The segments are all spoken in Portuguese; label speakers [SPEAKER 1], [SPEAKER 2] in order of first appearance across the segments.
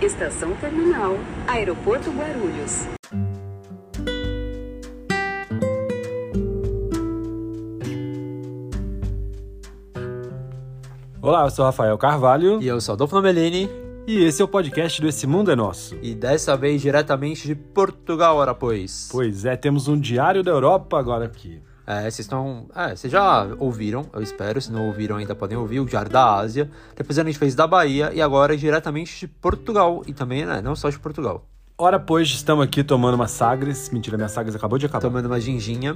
[SPEAKER 1] Estação Terminal, Aeroporto Guarulhos.
[SPEAKER 2] Olá, eu sou Rafael Carvalho
[SPEAKER 3] E eu sou Adolfo Nomelini,
[SPEAKER 2] e esse é o podcast do Esse Mundo é Nosso.
[SPEAKER 3] e dessa vez diretamente de Portugal, ora pois.
[SPEAKER 2] Pois é, temos um Diário da Europa agora aqui.
[SPEAKER 3] É, vocês estão. É, vocês já ouviram, eu espero. Se não ouviram ainda, podem ouvir o Diário da Ásia. Depois a gente fez da Bahia e agora é diretamente de Portugal. E também, né, não só de Portugal.
[SPEAKER 2] Ora, pois, estamos aqui tomando uma Sagres. Mentira, minha Sagres acabou de acabar.
[SPEAKER 3] Tá Tomando uma ginginha.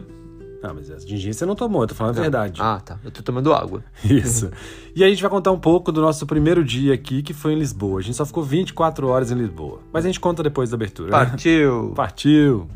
[SPEAKER 2] Ah, mas essa gingin você não tomou, eu tô falando a verdade.
[SPEAKER 3] Ah, tá. Eu tô tomando água.
[SPEAKER 2] Isso. E a gente vai contar um pouco do nosso primeiro dia aqui, que foi em Lisboa. A gente só ficou 24 horas em Lisboa. Mas a gente conta depois da abertura. né?
[SPEAKER 3] Partiu!
[SPEAKER 2] Partiu!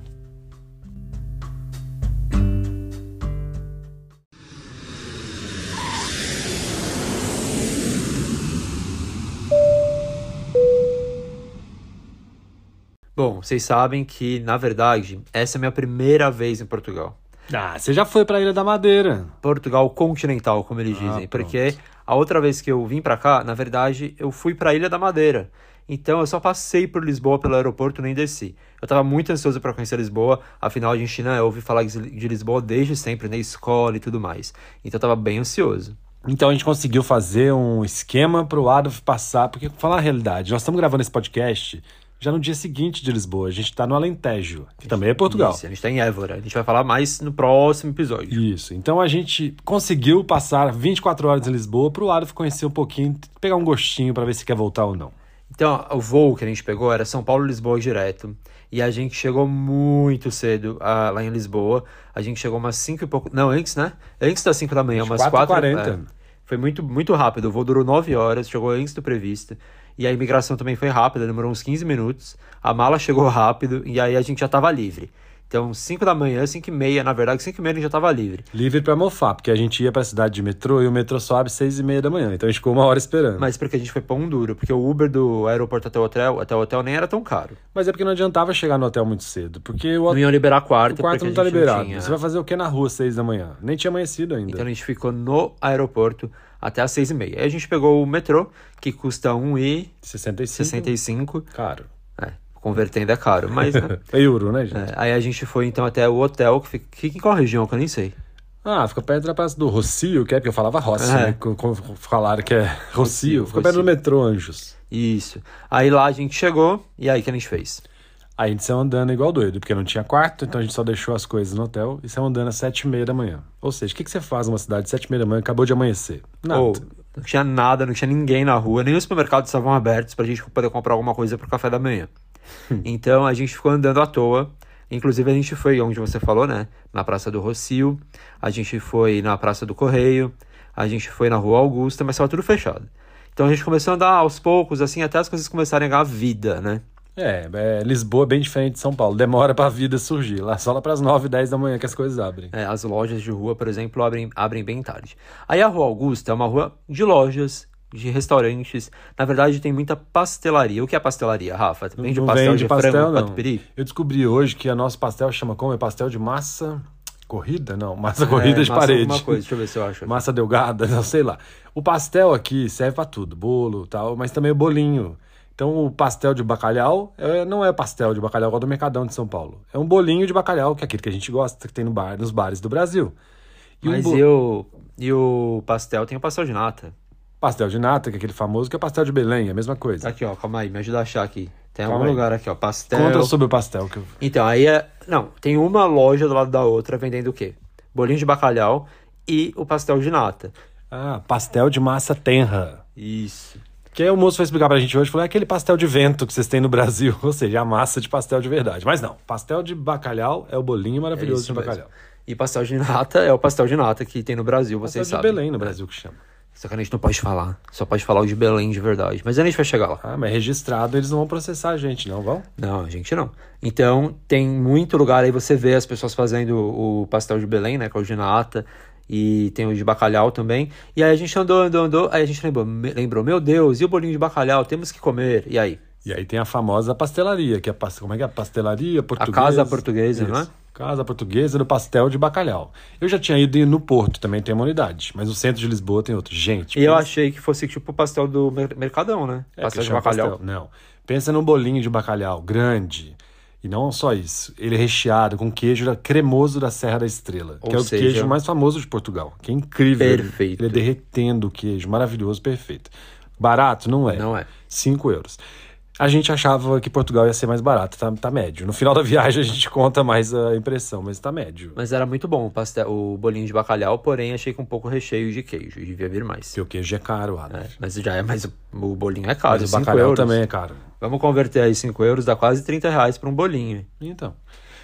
[SPEAKER 3] Bom, vocês sabem que, na verdade, essa é a minha primeira vez em Portugal.
[SPEAKER 2] Ah, você já foi pra Ilha da Madeira.
[SPEAKER 3] Portugal continental, como eles
[SPEAKER 2] Ah,
[SPEAKER 3] dizem,
[SPEAKER 2] pronto.
[SPEAKER 3] porque a outra vez que eu vim pra cá, na verdade, eu fui pra Ilha da Madeira. Então eu só passei por Lisboa pelo aeroporto, nem desci. Eu tava muito ansioso pra conhecer Lisboa, afinal a gente né, ouve falar de Lisboa desde sempre, na escola e tudo mais. Então eu tava bem ansioso.
[SPEAKER 2] Então a gente conseguiu fazer um esquema pro Adolf passar, porque falar a realidade, nós estamos gravando esse podcast já no dia seguinte de Lisboa, a gente tá no Alentejo, que também é Portugal.
[SPEAKER 3] Isso, a gente tá em Évora. A gente vai falar mais no próximo episódio.
[SPEAKER 2] Isso. Então a gente conseguiu passar 24 horas em Lisboa pro Adolf conhecer um pouquinho, pegar um gostinho pra ver se quer voltar ou não.
[SPEAKER 3] Então, o voo que a gente pegou era São Paulo-Lisboa direto. E a gente chegou muito cedo ah, lá em Lisboa. A gente chegou umas 5 e pouco. Não, antes, né? Antes das 5 da manhã,
[SPEAKER 2] Às
[SPEAKER 3] umas é.
[SPEAKER 2] 4 e
[SPEAKER 3] 4
[SPEAKER 2] quarenta.
[SPEAKER 3] Foi muito, muito rápido. O voo durou 9 horas, chegou antes do previsto. E a imigração também foi rápida, demorou uns 15 minutos. A mala chegou rápido e aí a gente já tava livre. Então, 5 da manhã, 5 e meia, na verdade, 5 e meia a gente já tava livre.
[SPEAKER 2] Livre pra mofar, porque a gente ia pra cidade de metrô e o metrô só abre 6 e meia da manhã, então a gente ficou uma hora esperando. Mas,
[SPEAKER 3] Mas porque a gente foi pão duro, porque o Uber do aeroporto até o hotel, até o hotel nem era tão caro.
[SPEAKER 2] é porque não adiantava chegar no hotel muito cedo, porque o,
[SPEAKER 3] Não iam liberar quarto,
[SPEAKER 2] o quarto
[SPEAKER 3] porque a
[SPEAKER 2] não tá
[SPEAKER 3] gente
[SPEAKER 2] liberado.
[SPEAKER 3] tinha.
[SPEAKER 2] Você vai fazer o que na rua 6 da manhã? Nem tinha amanhecido ainda.
[SPEAKER 3] Então a gente ficou no aeroporto até às seis e meia. Aí a gente pegou o metrô, que custa 1,65.
[SPEAKER 2] 65. Caro.
[SPEAKER 3] É, convertendo é caro, mas... né?
[SPEAKER 2] É euro, né, gente?
[SPEAKER 3] É, aí a gente foi então até o hotel, que fica, fica em qual região, que eu nem sei.
[SPEAKER 2] Ah, fica perto da praça do Rocio, que é porque eu falava Rossi,
[SPEAKER 3] É.
[SPEAKER 2] né? Com- com- Falaram que é Rocio.
[SPEAKER 3] Rocio,
[SPEAKER 2] Fica perto do
[SPEAKER 3] Rocio.
[SPEAKER 2] metrô Anjos.
[SPEAKER 3] Isso. Aí lá a gente chegou, e aí o que a gente fez?
[SPEAKER 2] Aí a gente saiu andando igual doido, porque não tinha quarto, então a gente só deixou as coisas no hotel e saiu andando às sete e meia da manhã. Ou seja, o que, que você faz numa cidade de sete e meia da manhã, acabou de amanhecer? Nada.
[SPEAKER 3] Ou, não tinha nada, não tinha ninguém na rua, nem os supermercados estavam abertos pra gente poder comprar alguma coisa pro café da manhã. então a gente ficou andando à toa. Inclusive a gente foi onde você falou, né? Na Praça do Rocio, a gente foi na Praça do Correio, a gente foi na Rua Augusta, mas estava tudo fechado. Então a gente começou a andar aos poucos, assim, até as coisas começarem a ganhar vida, né?
[SPEAKER 2] É, é, Lisboa é bem diferente de São Paulo. Demora pra vida surgir. Lá só lá pras nove, dez da manhã que as coisas abrem.
[SPEAKER 3] É, as lojas de rua, por exemplo, abrem, abrem bem tarde. Aí a Rua Augusta é uma rua de lojas, de restaurantes. Na verdade, tem muita pastelaria. O que é pastelaria, Rafa? Vende
[SPEAKER 2] não
[SPEAKER 3] pastel
[SPEAKER 2] vende
[SPEAKER 3] de
[SPEAKER 2] pastel,
[SPEAKER 3] frango,
[SPEAKER 2] não.
[SPEAKER 3] catupiry?
[SPEAKER 2] Eu descobri hoje que a nosso pastel chama como? É pastel de massa... Corrida? Não, massa corrida
[SPEAKER 3] É,
[SPEAKER 2] de
[SPEAKER 3] massa
[SPEAKER 2] parede.
[SPEAKER 3] alguma coisa, deixa eu ver se eu acho.
[SPEAKER 2] Massa delgada, não sei lá. O pastel aqui serve pra tudo, bolo, tal, mas também o bolinho. Então o pastel de bacalhau é- não é pastel de bacalhau igual do Mercadão de São Paulo. É um bolinho de bacalhau, que é aquele que a gente gosta, que tem no bar, nos bares do Brasil. E um
[SPEAKER 3] Mas
[SPEAKER 2] bo-
[SPEAKER 3] eu... E o pastel tem o pastel de nata.
[SPEAKER 2] pastel de nata, que é aquele famoso, que é pastel de Belém, é a mesma coisa.
[SPEAKER 3] Tá Aqui, ó, calma aí, me ajuda a achar aqui. Tem
[SPEAKER 2] Calma
[SPEAKER 3] algum
[SPEAKER 2] aí.
[SPEAKER 3] lugar aqui, ó, pastel...
[SPEAKER 2] Conta sobre o pastel. Que eu...
[SPEAKER 3] Então, aí é... Não, tem uma loja do lado da outra vendendo o quê? Bolinho de bacalhau e o pastel de nata.
[SPEAKER 2] Ah, pastel de massa tenra.
[SPEAKER 3] Isso.
[SPEAKER 2] Que aí o moço foi explicar pra gente hoje, falou, é aquele pastel de vento que vocês têm no Brasil, ou seja, a massa de pastel de verdade. Mas não, pastel de bacalhau é o bolinho maravilhoso de
[SPEAKER 3] isso mesmo.
[SPEAKER 2] bacalhau.
[SPEAKER 3] E pastel de nata é o pastel de nata que tem no Brasil,
[SPEAKER 2] Pastel
[SPEAKER 3] vocês
[SPEAKER 2] de
[SPEAKER 3] sabem.
[SPEAKER 2] Belém no Brasil que chama.
[SPEAKER 3] Só que a gente não pode falar. Só pode falar o de Belém de verdade. Mas a gente vai chegar lá.
[SPEAKER 2] Ah, mas registrado eles não vão processar a gente, não vão?
[SPEAKER 3] Não, a gente não. Então, tem muito lugar aí você vê as pessoas fazendo o pastel de Belém, né? Com o de nata. E tem o de bacalhau também. E aí a gente andou, andou, andou. Aí a gente lembrou, me- lembrou, meu Deus, e o bolinho de bacalhau? Temos que comer. E aí?
[SPEAKER 2] E aí tem a famosa pastelaria, que é pas- como é que é? Pastelaria
[SPEAKER 3] A
[SPEAKER 2] portuguesa.
[SPEAKER 3] casa portuguesa,
[SPEAKER 2] Isso.
[SPEAKER 3] não é?
[SPEAKER 2] Casa Portuguesa do Pastel de Bacalhau. Eu já tinha ido e no Porto, também tem uma unidade, mas o centro de Lisboa tem outra. Gente,
[SPEAKER 3] E eu
[SPEAKER 2] pensa-
[SPEAKER 3] achei que fosse tipo o pastel do mer- Mercadão, né?
[SPEAKER 2] É,
[SPEAKER 3] pastel
[SPEAKER 2] porque
[SPEAKER 3] de
[SPEAKER 2] chama
[SPEAKER 3] bacalhau.
[SPEAKER 2] pastel. Não. Pensa num bolinho de bacalhau grande. E não só isso. Ele é recheado com queijo da- cremoso da Serra da Estrela,
[SPEAKER 3] Ou
[SPEAKER 2] que é o
[SPEAKER 3] seja-
[SPEAKER 2] queijo mais famoso de Portugal. Que é incrível. Ele-
[SPEAKER 3] Perfeito.
[SPEAKER 2] Ele é derretendo o queijo. Maravilhoso, perfeito. Barato? Não é.
[SPEAKER 3] Não é.
[SPEAKER 2] 5 euros. A gente achava que Portugal ia ser mais barato, tá, tá médio. No final da viagem a gente conta mais a impressão, mas tá médio.
[SPEAKER 3] Mas era muito bom o, pastel, o bolinho de bacalhau, porém achei com um pouco recheio de queijo. e Devia vir mais.
[SPEAKER 2] Porque o queijo é caro, Adolf.
[SPEAKER 3] Mas já é mais. O bolinho é
[SPEAKER 2] Mas
[SPEAKER 3] caro,
[SPEAKER 2] o
[SPEAKER 3] cinco
[SPEAKER 2] bacalhau
[SPEAKER 3] euros.
[SPEAKER 2] também é caro.
[SPEAKER 3] Vamos converter aí 5 euros, dá quase 30 reais pra um bolinho.
[SPEAKER 2] Então.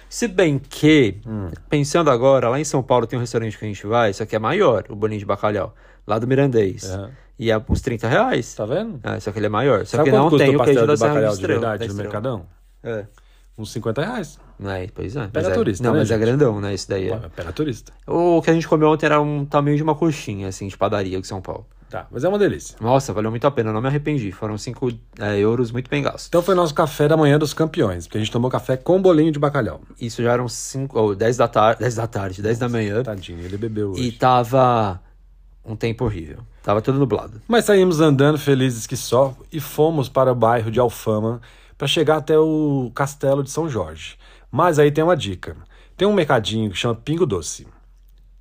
[SPEAKER 3] Se bem que,
[SPEAKER 2] Hum.
[SPEAKER 3] pensando agora, lá em São Paulo tem um restaurante que a gente vai, só que é maior, o bolinho de bacalhau, lá do Mirandês.
[SPEAKER 2] É.
[SPEAKER 3] E é uns 30 reais.
[SPEAKER 2] Tá vendo?
[SPEAKER 3] É, só que ele é maior. Só
[SPEAKER 2] Sabe
[SPEAKER 3] que
[SPEAKER 2] quanto
[SPEAKER 3] não
[SPEAKER 2] custa
[SPEAKER 3] tem
[SPEAKER 2] o
[SPEAKER 3] o
[SPEAKER 2] pastel
[SPEAKER 3] queijo da
[SPEAKER 2] de
[SPEAKER 3] Serra
[SPEAKER 2] bacalhau
[SPEAKER 3] de
[SPEAKER 2] de
[SPEAKER 3] Estrela.
[SPEAKER 2] verdade no Mercadão?
[SPEAKER 3] É.
[SPEAKER 2] Uns 50 reais.
[SPEAKER 3] Não, pois é.
[SPEAKER 2] Pega
[SPEAKER 3] mas é-
[SPEAKER 2] turista,
[SPEAKER 3] Não,
[SPEAKER 2] né,
[SPEAKER 3] mas é
[SPEAKER 2] gente?
[SPEAKER 3] grandão, né? Isso daí é.
[SPEAKER 2] Pera Pera turista.
[SPEAKER 3] O que a gente comeu ontem era um tamanho de uma coxinha, assim, de padaria de São Paulo.
[SPEAKER 2] Tá, mas é uma delícia.
[SPEAKER 3] Nossa, valeu muito a pena, eu não me arrependi. Foram 5 euros muito bem gastos.
[SPEAKER 2] Então foi nosso café da manhã dos campeões, porque a gente tomou café com bolinho de bacalhau.
[SPEAKER 3] Isso já eram 5 ou 10 da tarde, 10 da tarde, 10 da manhã.
[SPEAKER 2] Tadinho, ele bebeu tá hoje.
[SPEAKER 3] E tava um tempo horrível. Tava tudo nublado.
[SPEAKER 2] Mas saímos andando felizes que só e fomos para o bairro de Alfama para chegar até o Castelo de São Jorge. Mas aí tem uma dica. Tem um mercadinho que chama Pingo Doce.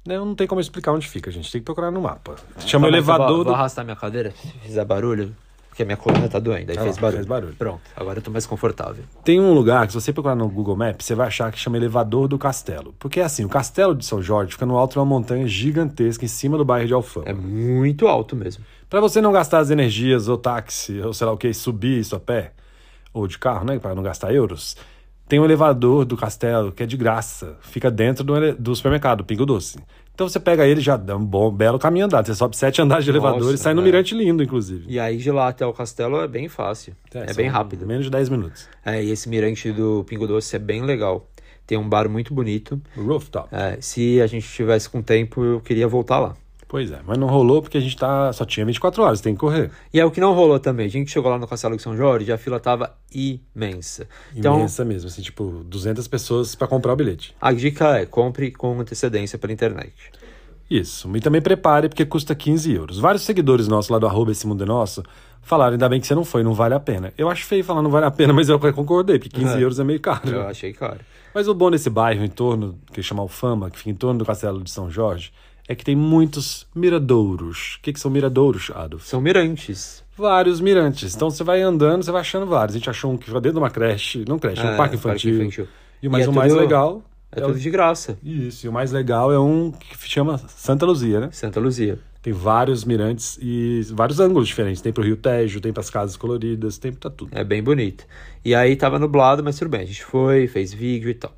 [SPEAKER 2] Não não tem como explicar onde fica, gente. Tem que procurar no mapa. Chama o
[SPEAKER 3] Calma aí que eu
[SPEAKER 2] elevador
[SPEAKER 3] Vou,
[SPEAKER 2] do...
[SPEAKER 3] vou arrastar minha cadeira, se fizer barulho, porque minha coluna tá doendo. Aí
[SPEAKER 2] Ah,
[SPEAKER 3] fez,
[SPEAKER 2] lá,
[SPEAKER 3] barulho.
[SPEAKER 2] fez barulho.
[SPEAKER 3] Pronto, agora eu tô mais confortável.
[SPEAKER 2] Tem um lugar que, se você procurar no Google Maps, você vai achar que chama Elevador do Castelo. Porque é assim, o Castelo de São Jorge fica no alto de uma montanha gigantesca em cima do bairro de Alfama.
[SPEAKER 3] É muito alto mesmo.
[SPEAKER 2] Pra você não gastar as energias ou táxi, ou sei lá o que, subir isso a pé, ou de carro, né, Pra não gastar euros, tem um elevador do castelo que é de graça, fica dentro do, ele- do supermercado, Pingo Doce. Então você pega ele e já dá um bom, belo caminho andado. Você sobe sete andares de elevador e
[SPEAKER 3] Nossa, é.
[SPEAKER 2] sai no
[SPEAKER 3] velho.
[SPEAKER 2] Mirante Lindo, inclusive.
[SPEAKER 3] E aí de lá até o castelo é bem fácil. É,
[SPEAKER 2] são
[SPEAKER 3] bem rápido.
[SPEAKER 2] Menos de 10 minutos.
[SPEAKER 3] É, e esse mirante do Pingo Doce é bem legal. Tem um bar muito bonito.
[SPEAKER 2] Rooftop.
[SPEAKER 3] É, se a gente tivesse com tempo, eu queria voltar lá.
[SPEAKER 2] Pois é, mas não rolou porque a gente tá, só tinha 24 horas, tem que correr.
[SPEAKER 3] E é o que não rolou também. A gente chegou lá no Castelo de São Jorge e a fila tava imensa. Então,
[SPEAKER 2] Imensa mesmo, assim, tipo, 200 pessoas pra comprar o bilhete.
[SPEAKER 3] a dica é compre com antecedência pela internet.
[SPEAKER 2] Isso. E também prepare, porque custa 15 euros. Vários seguidores nossos lá do arroba Esse Mundo é Nosso falaram, ainda bem que você não foi, não vale a pena. Eu acho feio falar não vale a pena, mas eu concordei, porque 15
[SPEAKER 3] É.
[SPEAKER 2] euros é meio caro.
[SPEAKER 3] Eu achei caro.
[SPEAKER 2] Mas o bom desse bairro em torno, que chama Alfama, que fica em torno do Castelo de São Jorge, é que tem muitos miradouros. O que, que são miradouros, Adolf?
[SPEAKER 3] São mirantes.
[SPEAKER 2] Vários mirantes. Então você vai andando, você vai achando vários. A gente achou um que fica dentro de uma creche, não creche, é, um
[SPEAKER 3] É,
[SPEAKER 2] parque
[SPEAKER 3] um parque
[SPEAKER 2] infantil.
[SPEAKER 3] infantil.
[SPEAKER 2] E, mas
[SPEAKER 3] E é
[SPEAKER 2] o mais
[SPEAKER 3] tudo-
[SPEAKER 2] legal...
[SPEAKER 3] É
[SPEAKER 2] é o-
[SPEAKER 3] tudo de graça.
[SPEAKER 2] Isso, e o mais legal é um que chama Santa Luzia, né?
[SPEAKER 3] Santa Luzia.
[SPEAKER 2] Tem vários mirantes e vários ângulos diferentes. Tem pro Rio Tejo, tem pras casas coloridas, tem pra tudo.
[SPEAKER 3] É bem bonito. E aí tava nublado, mas tudo bem. A gente foi, fez vídeo e tal.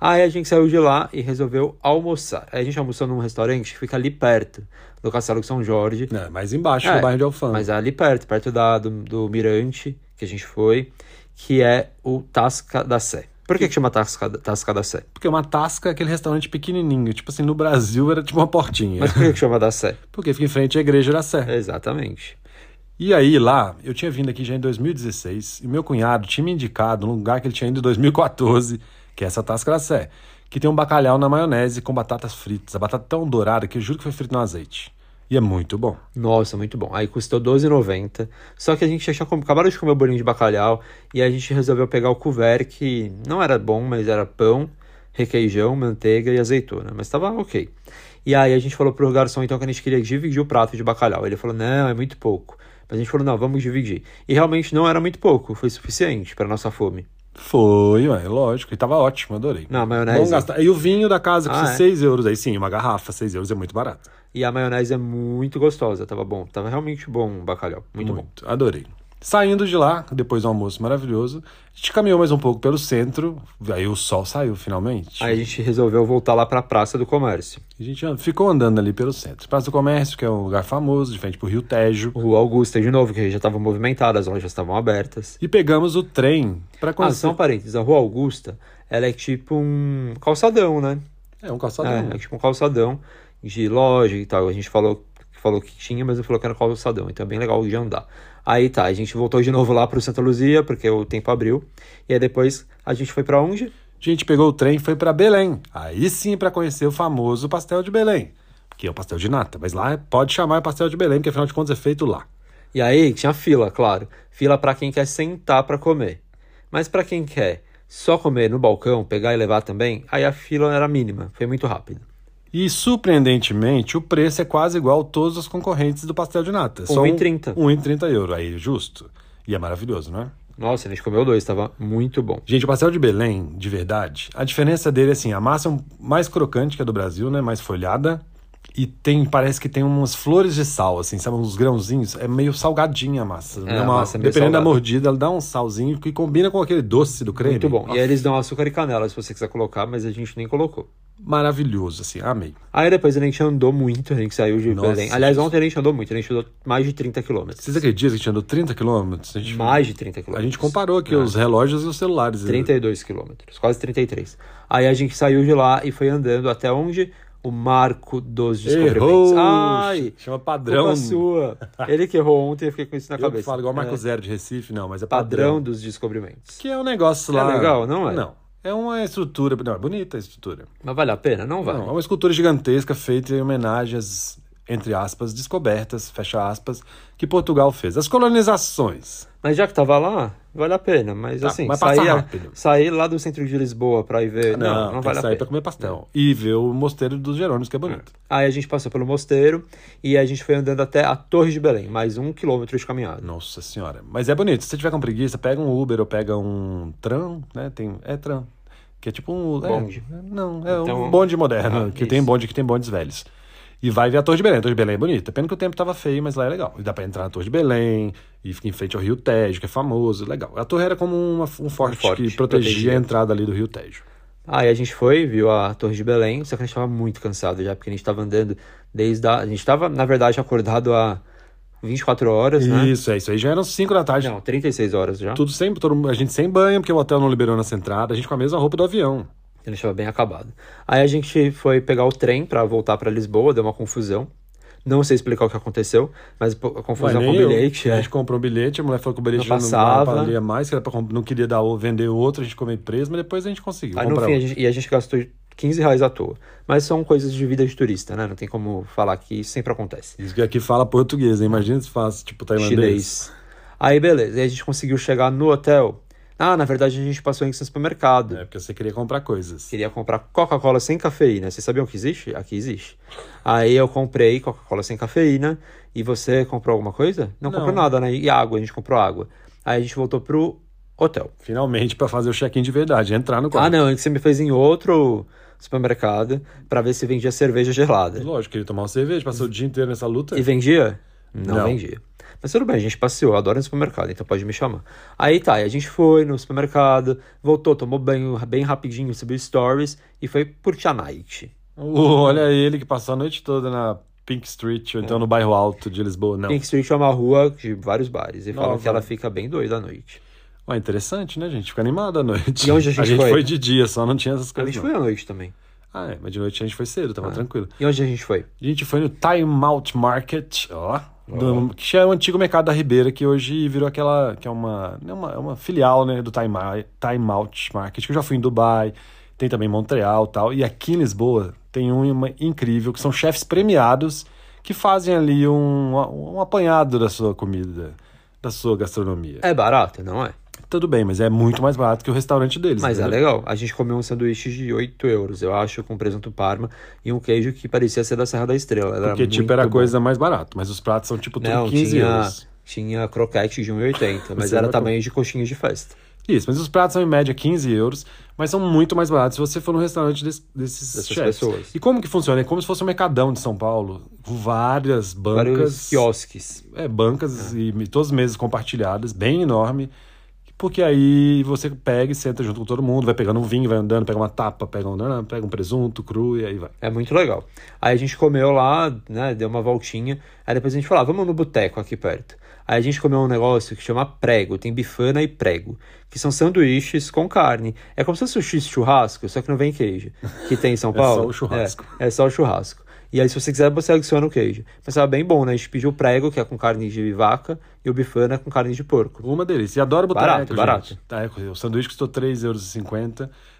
[SPEAKER 3] Aí a gente saiu de lá e resolveu almoçar. Aí a gente almoçou num restaurante que fica ali perto do Castelo de São Jorge.
[SPEAKER 2] É, mais embaixo
[SPEAKER 3] É,
[SPEAKER 2] do bairro de Alfama.
[SPEAKER 3] Mas ali perto, perto da, do, do Mirante, que a gente foi, que é o Tasca da Sé. Por que, que chama Tasca, Tasca da Sé?
[SPEAKER 2] Porque uma tasca é aquele restaurante pequenininho. Tipo assim, no Brasil era tipo uma portinha.
[SPEAKER 3] Mas por que, que chama da Sé?
[SPEAKER 2] Porque fica em frente à Igreja da Sé.
[SPEAKER 3] Exatamente.
[SPEAKER 2] E aí, lá, eu tinha vindo aqui já em 2016 e meu cunhado tinha me indicado um lugar que ele tinha ido em 2014, que é essa Tasca da Sé, que tem um bacalhau na maionese com batatas fritas. A batata é tão dourada que eu juro que foi frita no azeite. E é muito bom.
[SPEAKER 3] Nossa, muito bom. Aí custou $12,90. Só que a gente já tinha com- acabado de comer o bolinho de bacalhau. E a gente resolveu pegar o couvert, que não era bom, mas era pão, requeijão, manteiga e azeitona. Mas tava ok. E aí a gente falou pro garçom então que a gente queria dividir o prato de bacalhau. Ele falou: não, é muito pouco. Mas a gente falou: não, vamos dividir. E realmente não era muito pouco, foi suficiente pra nossa fome.
[SPEAKER 2] Foi, ué, lógico. E tava ótimo, adorei.
[SPEAKER 3] Não, a maionese.
[SPEAKER 2] Vamos gastar. E o vinho da casa custa
[SPEAKER 3] Né, Ah, é?
[SPEAKER 2] 6 euros. Aí sim, uma garrafa, 6 euros é muito barato.
[SPEAKER 3] E a maionese é muito gostosa, tava bom. Tava realmente bom o bacalhau, muito bom.
[SPEAKER 2] Adorei. Saindo de lá, depois do almoço maravilhoso, a gente caminhou mais um pouco pelo centro. Aí o sol saiu finalmente.
[SPEAKER 3] Aí a gente resolveu voltar lá pra Praça do Comércio.
[SPEAKER 2] A gente an- ficou andando ali pelo centro. Praça do Comércio, que é um lugar famoso, de frente pro Rio Tejo.
[SPEAKER 3] Rua Augusta de novo, que já estava movimentada, as lojas estavam abertas.
[SPEAKER 2] E pegamos o trem pra
[SPEAKER 3] Ah,
[SPEAKER 2] conhecer.
[SPEAKER 3] são parênteses, a Rua Augusta, ela é tipo um calçadão, né?
[SPEAKER 2] É um calçadão.
[SPEAKER 3] É, é tipo um calçadão de loja e tal. A gente falou, falou que tinha, mas eu falou que era calçadão, então é bem legal de andar. Aí tá, a gente voltou de novo lá pro Santa Luzia, porque o tempo abriu. E aí depois a gente foi pra onde?
[SPEAKER 2] A gente pegou o trem e foi para Belém. Aí sim para conhecer o famoso pastel de Belém, que é o pastel de nata, mas lá pode chamar pastel de Belém, porque afinal de contas é feito lá.
[SPEAKER 3] E aí tinha fila, claro. Fila pra quem quer sentar pra comer. Mas pra quem quer só comer no balcão, pegar e levar também, aí a fila era mínima, foi muito rápido.
[SPEAKER 2] E surpreendentemente, o preço é quase igual a todos os concorrentes do pastel de nata. Só
[SPEAKER 3] 1,30.
[SPEAKER 2] um- 1,30 euro, aí justo. E é maravilhoso, não é?
[SPEAKER 3] Nossa, a gente comeu dois, tava muito bom.
[SPEAKER 2] Gente, o pastel de Belém, de verdade, a diferença dele é assim, a massa é um- mais crocante que a do Brasil, né? Mais folhada. E tem, parece que tem umas flores de sal, assim, sabe? Uns grãozinhos. É meio salgadinha a massa. né?
[SPEAKER 3] a
[SPEAKER 2] Uma-
[SPEAKER 3] massa é meio
[SPEAKER 2] dependendo da
[SPEAKER 3] salgada.
[SPEAKER 2] mordida, ela dá um salzinho que combina com aquele doce do creme.
[SPEAKER 3] Muito bom.
[SPEAKER 2] Ó,
[SPEAKER 3] E é aí eles dão açúcar e canela, se você quiser colocar, mas a gente nem colocou.
[SPEAKER 2] Maravilhoso, assim, amei.
[SPEAKER 3] Aí depois a gente andou muito, a gente saiu de
[SPEAKER 2] Nossa,
[SPEAKER 3] Belém. Aliás,
[SPEAKER 2] Jesus.
[SPEAKER 3] ontem a gente andou muito, a gente andou mais de 30 quilômetros.
[SPEAKER 2] Vocês acreditam que a gente andou 30 quilômetros? A gente,
[SPEAKER 3] Mais de 30
[SPEAKER 2] a
[SPEAKER 3] quilômetros.
[SPEAKER 2] gente comparou
[SPEAKER 3] É.
[SPEAKER 2] aqui os relógios e os celulares.
[SPEAKER 3] 32 quilômetros, quase 33. Aí a gente saiu de lá e foi andando até onde? O marco dos descobrimentos.
[SPEAKER 2] Errou!
[SPEAKER 3] Ai!
[SPEAKER 2] Chama padrão.
[SPEAKER 3] Culpa sua. Ele que errou ontem, eu fiquei com isso na
[SPEAKER 2] Eu
[SPEAKER 3] cabeça.
[SPEAKER 2] que falo igual Marco
[SPEAKER 3] É,
[SPEAKER 2] Zero de Recife, não, mas é
[SPEAKER 3] padrão
[SPEAKER 2] padrão.
[SPEAKER 3] dos descobrimentos.
[SPEAKER 2] Que é um negócio lá.
[SPEAKER 3] legal, não é?
[SPEAKER 2] Não. É uma estrutura. Não, é bonita a estrutura.
[SPEAKER 3] Mas vale a pena? Não vale.
[SPEAKER 2] Não, é uma escultura gigantesca feita em homenagem às, entre aspas, descobertas, fecha aspas, que Portugal fez. As colonizações.
[SPEAKER 3] Mas já que tava lá, vale a pena. Mas
[SPEAKER 2] Tá,
[SPEAKER 3] assim,
[SPEAKER 2] mas passa
[SPEAKER 3] sair,
[SPEAKER 2] rápido.
[SPEAKER 3] sair lá do centro de Lisboa pra ir ver. Não, não,
[SPEAKER 2] tem
[SPEAKER 3] vale
[SPEAKER 2] que sair
[SPEAKER 3] a pena.
[SPEAKER 2] pra comer pastel. E ver o Mosteiro dos Jerônimos, que é bonito.
[SPEAKER 3] Aí a gente passou pelo mosteiro e a gente foi andando até a Torre de Belém, mais um quilômetro de caminhada.
[SPEAKER 2] Nossa senhora. Mas é bonito. Se você tiver com preguiça, pega um Uber ou pega um tram, né? Tem, é tram. Que é tipo um. é-
[SPEAKER 3] Bonde.
[SPEAKER 2] não, é
[SPEAKER 3] Então-
[SPEAKER 2] um bonde moderno.
[SPEAKER 3] Ah,
[SPEAKER 2] que tem
[SPEAKER 3] isso.
[SPEAKER 2] bonde que tem bondes velhos. E vai ver a Torre de Belém. A Torre de Belém é bonita. Pena que o tempo tava feio, mas lá é legal. E dá pra entrar na Torre de Belém e fica em frente ao Rio Tejo, que é famoso. Legal. A torre era como uma- um, forte
[SPEAKER 3] forte,
[SPEAKER 2] que protegia,
[SPEAKER 3] protegia.
[SPEAKER 2] a entrada ali do Rio Tejo.
[SPEAKER 3] Aí a gente foi, viu a Torre de Belém, só que a gente tava muito cansado já, porque a gente tava andando desde a... A gente tava, na verdade, acordado há 24 horas, né?
[SPEAKER 2] Isso, é isso aí. Já eram 5 da tarde.
[SPEAKER 3] Não, 36 horas já.
[SPEAKER 2] Tudo sem, todo, mundo- a gente sem banho, porque o hotel não liberou nessa entrada. A gente com a mesma roupa do avião.
[SPEAKER 3] Ele estava bem acabado. Aí a gente foi pegar o trem para voltar para Lisboa, deu uma confusão. Não sei explicar o que aconteceu, mas pô, a
[SPEAKER 2] Ué,
[SPEAKER 3] confusão
[SPEAKER 2] nem
[SPEAKER 3] com o
[SPEAKER 2] eu.
[SPEAKER 3] bilhete.
[SPEAKER 2] A
[SPEAKER 3] É.
[SPEAKER 2] gente comprou um bilhete, a mulher falou que o bilhete
[SPEAKER 3] Não
[SPEAKER 2] já
[SPEAKER 3] passava.
[SPEAKER 2] não valia mais, que era pra, comp- não queria dar, o- vender outro, a gente ficou meio preso, mas depois a gente conseguiu.
[SPEAKER 3] Aí no
[SPEAKER 2] comprar
[SPEAKER 3] fim, a
[SPEAKER 2] outro.
[SPEAKER 3] gente, e a gente gastou 15 reais à toa. Mas são coisas de vida de turista, né? Não tem como falar que isso sempre acontece.
[SPEAKER 2] Isso que aqui fala português, né? imagina se faz tipo tailandês.
[SPEAKER 3] Chinês. Aí beleza, aí a gente conseguiu chegar no hotel. Ah, na verdade a gente passou em um supermercado.
[SPEAKER 2] É, porque você queria comprar coisas.
[SPEAKER 3] Queria comprar Coca-Cola sem cafeína. Vocês sabiam que existe? Aqui existe. Aí eu comprei Coca-Cola sem cafeína. E você comprou alguma coisa? Não,
[SPEAKER 2] Não.
[SPEAKER 3] comprou nada, né? E água, a gente comprou água. Aí a gente voltou pro hotel.
[SPEAKER 2] Finalmente, pra fazer o check-in de verdade, entrar no quarto.
[SPEAKER 3] Ah, não, é que você me fez em outro supermercado pra ver se vendia cerveja gelada.
[SPEAKER 2] Lógico, queria tomar uma cerveja, passou o dia inteiro nessa luta.
[SPEAKER 3] Ah, E vendia? Não,
[SPEAKER 2] Não.
[SPEAKER 3] vendia. Mas tudo bem, a gente passeou, eu adoro ir no supermercado, então pode me chamar. Aí tá, e a gente foi no supermercado, voltou, tomou banho bem rapidinho, subiu stories e foi curtir a night.
[SPEAKER 2] Uh, olha ele que passou a noite toda na Pink Street, ou então no bairro alto de Lisboa. Não.
[SPEAKER 3] Pink Street é uma rua de vários bares. E falam
[SPEAKER 2] Nova.
[SPEAKER 3] que ela fica bem doida à noite.
[SPEAKER 2] Ué, interessante, né, gente? Fica animado à noite.
[SPEAKER 3] E onde a gente
[SPEAKER 2] gente
[SPEAKER 3] foi?
[SPEAKER 2] foi de dia, só não tinha essas
[SPEAKER 3] A
[SPEAKER 2] coisas.
[SPEAKER 3] gente
[SPEAKER 2] não.
[SPEAKER 3] foi Ah. à noite também.
[SPEAKER 2] Ah, é, mas de noite a gente foi cedo, tava tranquilo.
[SPEAKER 3] E onde a gente foi?
[SPEAKER 2] A gente foi no Time Out Market, ó, do- que é o antigo mercado da Ribeira, que hoje virou aquela, que é uma, é uma, é uma filial, né, do Time, Out- Time Out Market, que eu já fui em Dubai, tem também em Montreal e tal, e aqui em Lisboa tem um ima- incrível, que são chefes premiados, que fazem ali um, um apanhado da sua comida, da sua gastronomia.
[SPEAKER 3] É barato, não é?
[SPEAKER 2] Tudo bem, mas é muito mais barato que o restaurante deles. né?
[SPEAKER 3] Mas é
[SPEAKER 2] entendeu?
[SPEAKER 3] legal. A gente comeu um sanduíche de 8 euros, eu acho, com presunto parma e um queijo que parecia ser da Serra da Estrela. Era
[SPEAKER 2] Porque, tipo,
[SPEAKER 3] é muito
[SPEAKER 2] era a
[SPEAKER 3] bom.
[SPEAKER 2] coisa mais barata, mas os pratos são, tipo, tudo
[SPEAKER 3] Não,
[SPEAKER 2] 15
[SPEAKER 3] tinha,
[SPEAKER 2] euros.
[SPEAKER 3] tinha croquete de 1,80, mas
[SPEAKER 2] Você
[SPEAKER 3] era
[SPEAKER 2] vai
[SPEAKER 3] tamanho de coxinha de festa.
[SPEAKER 2] Isso, mas os pratos são em média 15 euros, mas são muito mais baratos se você for num restaurante des- desses
[SPEAKER 3] Dessas
[SPEAKER 2] chefs.
[SPEAKER 3] pessoas.
[SPEAKER 2] E como que funciona? É como se fosse um mercadão de São Paulo, com várias
[SPEAKER 3] Vários
[SPEAKER 2] bancas,
[SPEAKER 3] quiosques.
[SPEAKER 2] é, bancas e me- todas as mesas compartilhadas, bem enorme, porque aí você pega e senta junto com todo mundo, vai pegando um vinho, vai andando, pega uma tapa, pega um, pega um presunto cru e aí vai.
[SPEAKER 3] É muito legal. Aí a gente comeu lá, né? Deu uma voltinha. Aí depois a gente falou, ah, vamos no boteco aqui perto. Aí a gente comeu um negócio que chama prego. Tem bifana e prego. Que são sanduíches com carne. É como se fosse sushi churrasco, só que não vem queijo. Que tem em São
[SPEAKER 2] só
[SPEAKER 3] Paulo.
[SPEAKER 2] o churrasco.
[SPEAKER 3] É, é só o churrasco. E aí se você quiser, você adiciona o queijo. Mas tava bem bom, né? A gente pediu o prego, que é com carne de vaca. E o bifana é com carne de porco.
[SPEAKER 2] Uma delícia. E adoro boteco,
[SPEAKER 3] Barato,
[SPEAKER 2] gente.
[SPEAKER 3] barato.
[SPEAKER 2] Tá, é, o sanduíche custou 3,50 euros.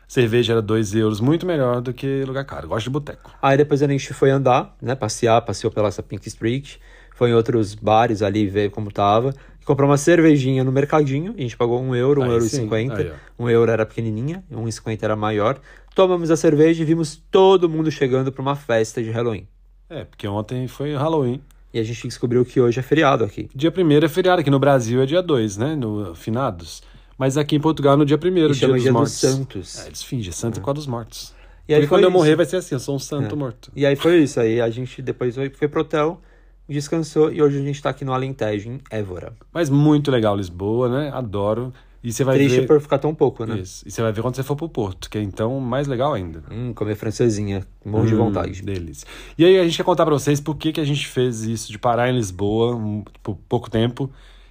[SPEAKER 2] Cerveja era 2 euros, muito melhor do que lugar caro. Gosto de boteco.
[SPEAKER 3] Aí depois a gente foi andar, né? Passear, passeou pela essa Pink Street, foi em outros bares ali ver como tava. Comprou uma cervejinha no mercadinho, a gente pagou um euro, um
[SPEAKER 2] Aí
[SPEAKER 3] euro e
[SPEAKER 2] sim, aí,
[SPEAKER 3] cinquenta. Um euro era pequenininha, um e cinquenta era maior. Tomamos a cerveja e vimos todo mundo chegando pra uma festa de Halloween.
[SPEAKER 2] É, porque ontem foi Halloween.
[SPEAKER 3] E a gente descobriu que hoje é feriado aqui.
[SPEAKER 2] Dia 1 é feriado, aqui no Brasil é dia 2, né? No Finados. Mas aqui em Portugal é no dia 1 dia,
[SPEAKER 3] E chama
[SPEAKER 2] dos
[SPEAKER 3] Dia dos
[SPEAKER 2] Mortos.
[SPEAKER 3] Santos.
[SPEAKER 2] É, eles fingem, santo é com a dos mortos.
[SPEAKER 3] E aí
[SPEAKER 2] Porque
[SPEAKER 3] foi
[SPEAKER 2] quando eu
[SPEAKER 3] isso. É.
[SPEAKER 2] morrer vai ser assim, eu sou um santo morto.
[SPEAKER 3] E aí foi isso aí. A gente depois foi foi pro hotel, descansou e hoje a gente tá aqui no Alentejo, em Évora.
[SPEAKER 2] Mas muito legal Lisboa, né? Adoro. E você vai
[SPEAKER 3] Triste
[SPEAKER 2] ver...
[SPEAKER 3] por ficar tão pouco, né?
[SPEAKER 2] Isso. E você vai ver quando você for pro Porto, que é então mais legal ainda.
[SPEAKER 3] Hum, comer francesinha. Morro de
[SPEAKER 2] Hum,
[SPEAKER 3] vontade.
[SPEAKER 2] Delícia. E aí a gente quer contar pra vocês por que, que a gente fez isso de parar em Lisboa um, por pouco tempo.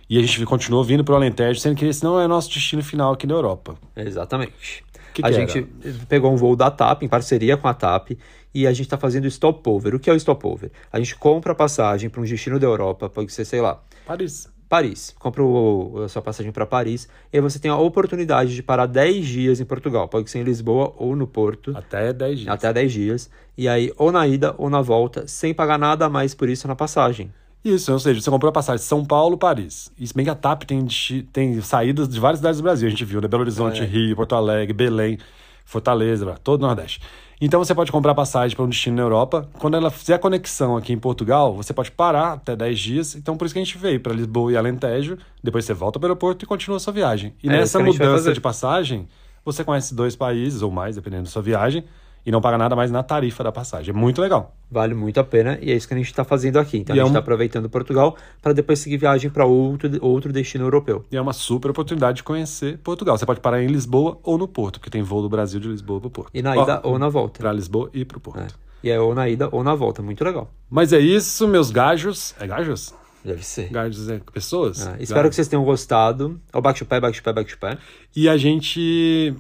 [SPEAKER 2] E a gente continuou vindo pro Alentejo, sendo que esse não é o nosso destino final aqui na Europa.
[SPEAKER 3] Exatamente.
[SPEAKER 2] Que
[SPEAKER 3] a
[SPEAKER 2] que
[SPEAKER 3] gente pegou um voo da TAP, em parceria com a TAP, e a gente está fazendo stopover. O que é o stopover? A gente compra a passagem para um destino da Europa, pode ser, sei lá,
[SPEAKER 2] Paris.
[SPEAKER 3] Paris. Compra o- a sua passagem para Paris, e aí você tem a oportunidade de parar 10 dias em Portugal, pode ser em Lisboa ou no Porto,
[SPEAKER 2] Até 10 dias.
[SPEAKER 3] até 10 dias, e aí ou na ida ou na volta, sem pagar nada a mais por isso na passagem.
[SPEAKER 2] Isso, ou seja, você comprou a passagem São Paulo, Paris. E se bem que a TAP tem, desti- tem saídas de várias cidades do Brasil. A gente viu, né? Belo
[SPEAKER 3] É.
[SPEAKER 2] Horizonte, Rio, Porto Alegre, Belém, Fortaleza, blá, todo o Nordeste. Então você pode comprar passagem para um destino na Europa. Quando ela fizer a conexão aqui em Portugal, você pode parar até 10 dias. Então por isso que a gente veio para Lisboa e Alentejo. Depois você volta para o aeroporto e continua a sua viagem. E
[SPEAKER 3] É, isso
[SPEAKER 2] nessa
[SPEAKER 3] que a gente vai
[SPEAKER 2] mudança
[SPEAKER 3] fazer.
[SPEAKER 2] de passagem, você conhece dois países ou mais, dependendo da sua viagem, e não paga nada mais na tarifa da passagem. É muito legal.
[SPEAKER 3] Vale muito a pena e é isso que a gente está fazendo aqui. Então
[SPEAKER 2] E é
[SPEAKER 3] a gente
[SPEAKER 2] um-
[SPEAKER 3] está aproveitando Portugal para depois seguir viagem para outro, outro destino europeu.
[SPEAKER 2] E é uma super oportunidade de conhecer Portugal. Você pode parar em Lisboa ou no Porto, porque tem voo do Brasil de Lisboa para o Porto.
[SPEAKER 3] E na ida ou na volta.
[SPEAKER 2] Para Lisboa e para o Porto.
[SPEAKER 3] É. E é ou na ida ou na volta. Muito legal.
[SPEAKER 2] Mas é isso, meus gajos. É gajos?
[SPEAKER 3] Deve ser.
[SPEAKER 2] Gajos é pessoas?
[SPEAKER 3] Ah, espero que
[SPEAKER 2] Gajos.
[SPEAKER 3] vocês tenham gostado. Ó, bate o pé, bate o pé, bate o pé.
[SPEAKER 2] E a gente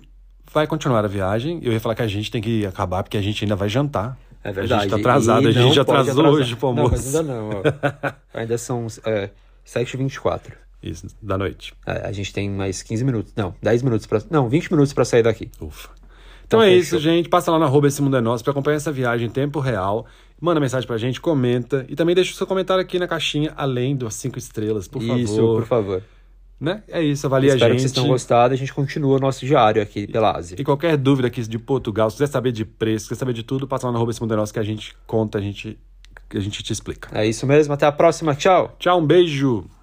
[SPEAKER 2] vai continuar a viagem. Eu ia falar que a gente tem que acabar, porque a gente ainda vai jantar.
[SPEAKER 3] É verdade.
[SPEAKER 2] A gente tá atrasado.
[SPEAKER 3] E
[SPEAKER 2] a
[SPEAKER 3] não
[SPEAKER 2] gente já
[SPEAKER 3] pode
[SPEAKER 2] atrasou
[SPEAKER 3] atrasar.
[SPEAKER 2] hoje pro
[SPEAKER 3] Não,
[SPEAKER 2] almoço.
[SPEAKER 3] mas ainda não. ó. ainda são é, 7h24.
[SPEAKER 2] Isso, da noite.
[SPEAKER 3] É, a gente tem mais 15 minutos. Não, 10 minutos pra. Não, 20 minutos pra sair daqui.
[SPEAKER 2] Ufa. Então,
[SPEAKER 3] Então,
[SPEAKER 2] é
[SPEAKER 3] fechou.
[SPEAKER 2] isso, gente. Passa lá no arroba Esse Mundo é Nosso pra acompanhar essa viagem em tempo real. Manda mensagem pra gente, comenta. E também deixa o seu comentário aqui na caixinha, além das cinco estrelas, por
[SPEAKER 3] isso,
[SPEAKER 2] favor.
[SPEAKER 3] por favor.
[SPEAKER 2] Né? É isso, avalia
[SPEAKER 3] espero
[SPEAKER 2] a
[SPEAKER 3] que
[SPEAKER 2] gente.
[SPEAKER 3] vocês tenham gostado. A gente continua o nosso diário aqui pela Ásia.
[SPEAKER 2] E qualquer dúvida aqui de Portugal, se quiser saber de preço, se quiser saber de tudo, passa lá no arroba Esse Mundo é Nosso que a gente conta, a gente, a gente te explica.
[SPEAKER 3] É isso mesmo. Até a próxima. Tchau.
[SPEAKER 2] Tchau, um beijo!